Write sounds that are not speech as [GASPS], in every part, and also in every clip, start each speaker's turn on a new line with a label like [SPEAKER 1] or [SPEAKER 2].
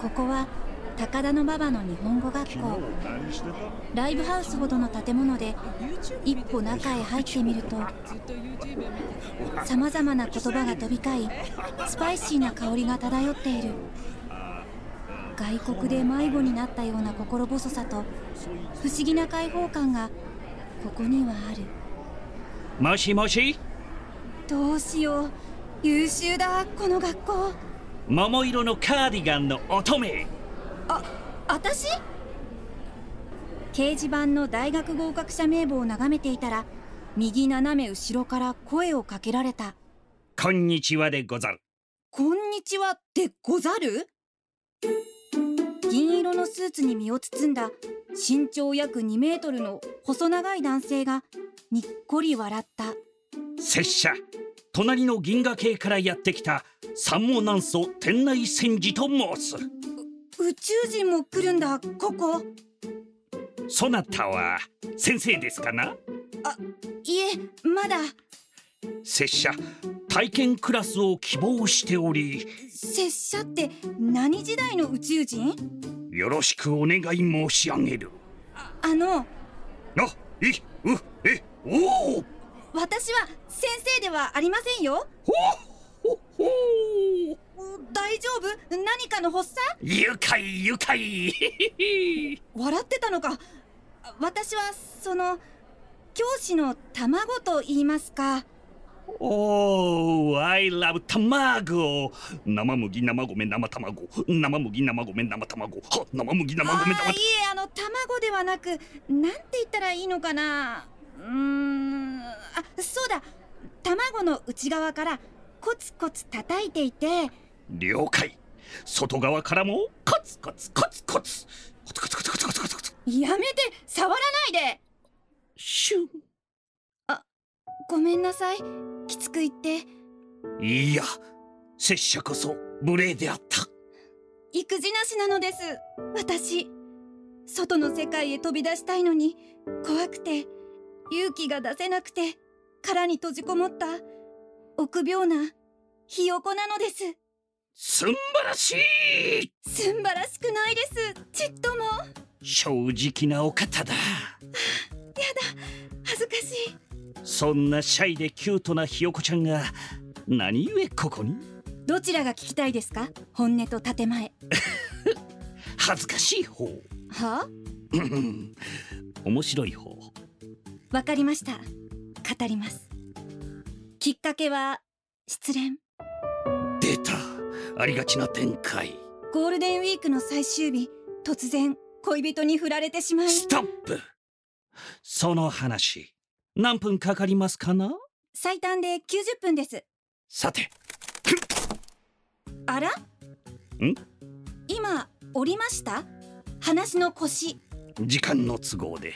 [SPEAKER 1] ここは高田馬場の日本語学校ライブハウスほどの建物で一歩中へ入ってみるとさまざまな言葉が飛び交いスパイシーな香りが漂っている外国で迷子になったような心細さと不思議な開放感がここにはある
[SPEAKER 2] もしもし
[SPEAKER 1] どうしよう優秀だこの学校
[SPEAKER 2] 桃色のカーディガンの乙女
[SPEAKER 1] あ私掲示板の大学合格者名簿を眺めていたら右斜め後ろから声をかけられた
[SPEAKER 2] 「こんにちは」でござる
[SPEAKER 1] 「こんにちは」でござる銀色のスーツに身を包んだ身長約2メートルの細長い男性がにっこり笑った
[SPEAKER 2] 拙者隣の銀河系からやってきた三毛南宋天内戦時と申す
[SPEAKER 1] 宇宙人も来るんだここ
[SPEAKER 2] そなたは先生ですかな
[SPEAKER 1] あいえまだ
[SPEAKER 2] 拙者体験クラスを希望しており
[SPEAKER 1] 拙者って何時代の宇宙人
[SPEAKER 2] よろしくお願い申し上げる
[SPEAKER 1] あのあ
[SPEAKER 2] いうえおお
[SPEAKER 1] 私は先生ではありませんよ
[SPEAKER 2] ほっほっ
[SPEAKER 1] ほ大丈夫何かの発作
[SPEAKER 2] 愉快愉快 [LAUGHS]
[SPEAKER 1] 笑ってたのか私はその教師の卵と言いますか
[SPEAKER 2] おー、I love 卵生麦生米生卵生麦生米生卵は生麦生米生
[SPEAKER 1] 卵いいえあの卵ではなくなんて言ったらいいのかなうーんあそうだ卵の内側からコツコツ叩いていて
[SPEAKER 2] 了解外側からもコツコツコツコツコツコツコツコツコツコツコツ
[SPEAKER 1] やめて触らないで
[SPEAKER 2] シュン
[SPEAKER 1] あごめんなさいきつく言って
[SPEAKER 2] いや拙者こそ無礼であった
[SPEAKER 1] 育児なしなのです私外の世界へ飛び出したいのに怖くて勇気が出せなくて殻に閉じこもった臆病なひよこなのです
[SPEAKER 2] すんばらしい
[SPEAKER 1] すんばらしくないですちっとも
[SPEAKER 2] 正直なお方
[SPEAKER 1] や
[SPEAKER 2] だ
[SPEAKER 1] だ恥ずかしい
[SPEAKER 2] そんなシャイでキュートなひよこちゃんが何故ここに
[SPEAKER 1] どちらが聞きたいですか本音と建前
[SPEAKER 2] 恥ずかしい方
[SPEAKER 1] はあ
[SPEAKER 2] [LAUGHS] 面白い方
[SPEAKER 1] わかりました語りますきっかけは失恋
[SPEAKER 2] 出たありがちな展開
[SPEAKER 1] ゴールデンウィークの最終日突然恋人に振られてしまい
[SPEAKER 2] ストップその話何分かかりますかな
[SPEAKER 1] 最短で90分です
[SPEAKER 2] さて
[SPEAKER 1] あらん今折りました話の腰
[SPEAKER 2] 時間の都合で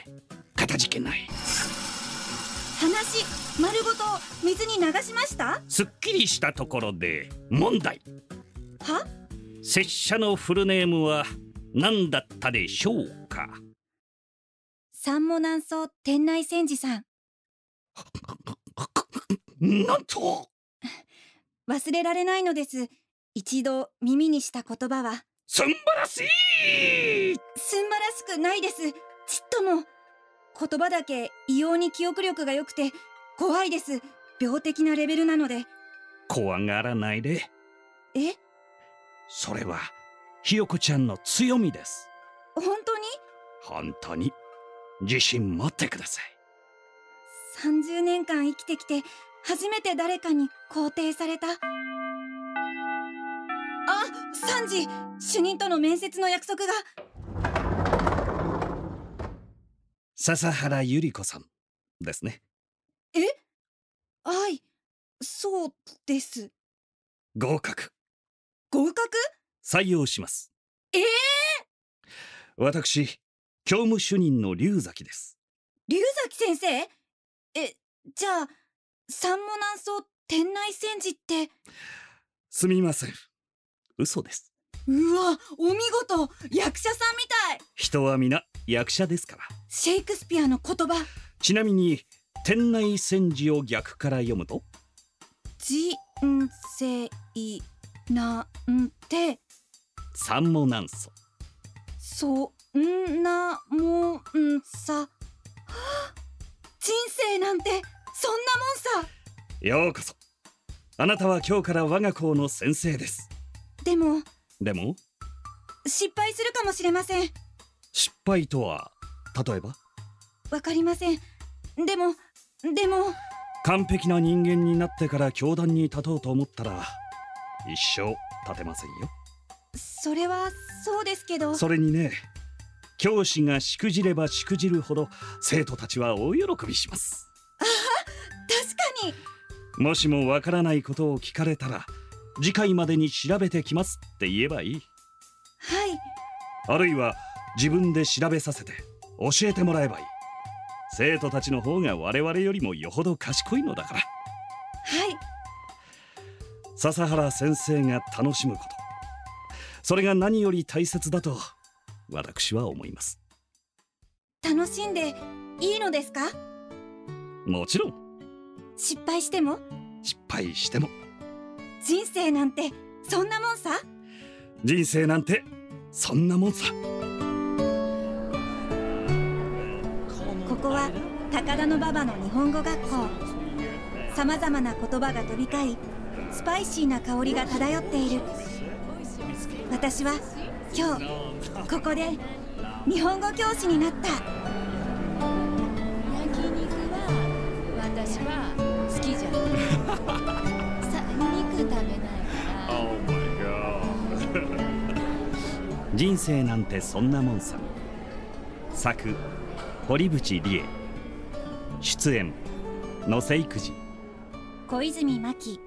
[SPEAKER 2] かたじけない
[SPEAKER 1] 話丸ごと水に流しました
[SPEAKER 2] すっきりしたところで問題
[SPEAKER 1] は
[SPEAKER 2] 拙者のフルネームは何だったでしょうか
[SPEAKER 1] 三も南宋天内千治さん
[SPEAKER 2] なんと
[SPEAKER 1] 忘れられないのです一度耳にした言葉は
[SPEAKER 2] すんばらしい
[SPEAKER 1] すんばらしくないですちっとも言葉だけ異様に記憶力が良くて怖いです病的なレベルなので
[SPEAKER 2] 怖がらないで
[SPEAKER 1] え
[SPEAKER 2] それはひよこちゃんの強みです
[SPEAKER 1] 本当に
[SPEAKER 2] 本当に自信持ってくださ
[SPEAKER 1] い30年間生きてきて初めて誰かに肯定されたあサンジ主任との面接の約束が
[SPEAKER 2] 笹原ゆり子さんですね
[SPEAKER 1] えはいそうです
[SPEAKER 2] 合格
[SPEAKER 1] 合格
[SPEAKER 2] 採用します
[SPEAKER 1] ええ
[SPEAKER 2] ー、私教務主任の龍崎です
[SPEAKER 1] 龍崎先生えじゃあ三も南宋天内戦時って
[SPEAKER 2] すみません嘘です
[SPEAKER 1] うわお見事役者さんみたい
[SPEAKER 2] 人は皆役者ですから
[SPEAKER 1] シェイクスピアの言葉
[SPEAKER 2] ちなみに天内戦時を逆から読むと
[SPEAKER 1] 人生なんて
[SPEAKER 2] 三もなんそ
[SPEAKER 1] そんなもんさ、 [GASPS] はあ人生なんてそんなもんさ
[SPEAKER 2] ようこそあなたは今日から我が校の先生です
[SPEAKER 1] でも
[SPEAKER 2] でも
[SPEAKER 1] 失敗するかもしれません
[SPEAKER 2] 失敗とは例えば
[SPEAKER 1] わかりませんでもでも
[SPEAKER 2] 完璧な人間になってから教団に立とうと思ったら一生立てませんよ
[SPEAKER 1] それはそうですけど
[SPEAKER 2] それにね教師がしくじればしくじるほど生徒たちは大喜びします
[SPEAKER 1] 確かに
[SPEAKER 2] もしもわからないことを聞かれたら次回までに調べてきますって言えばいい
[SPEAKER 1] はい
[SPEAKER 2] あるいは自分で調べさせて教えてもらえばいい生徒たちの方が我々よりもよほど賢いのだから
[SPEAKER 1] はい
[SPEAKER 2] 笹原先生が楽しむことそれが何より大切だと私は思います
[SPEAKER 1] 楽しんでいいのですか
[SPEAKER 2] もちろん
[SPEAKER 1] 失敗しても
[SPEAKER 2] 失敗しても
[SPEAKER 1] 人生なんてそんなもんさ
[SPEAKER 2] 人生なんてそんなもんさ
[SPEAKER 1] ここは高田馬場の日本語学校さまざまな言葉が飛び交いスパイシーな香りが漂っている私は今日ここで日本語教師になった
[SPEAKER 3] 焼肉は私は好きじゃない [LAUGHS] さ肉食べないから
[SPEAKER 2] 人生なんてそんなもんさ作堀淵理恵出演野瀬育児
[SPEAKER 1] 小泉真希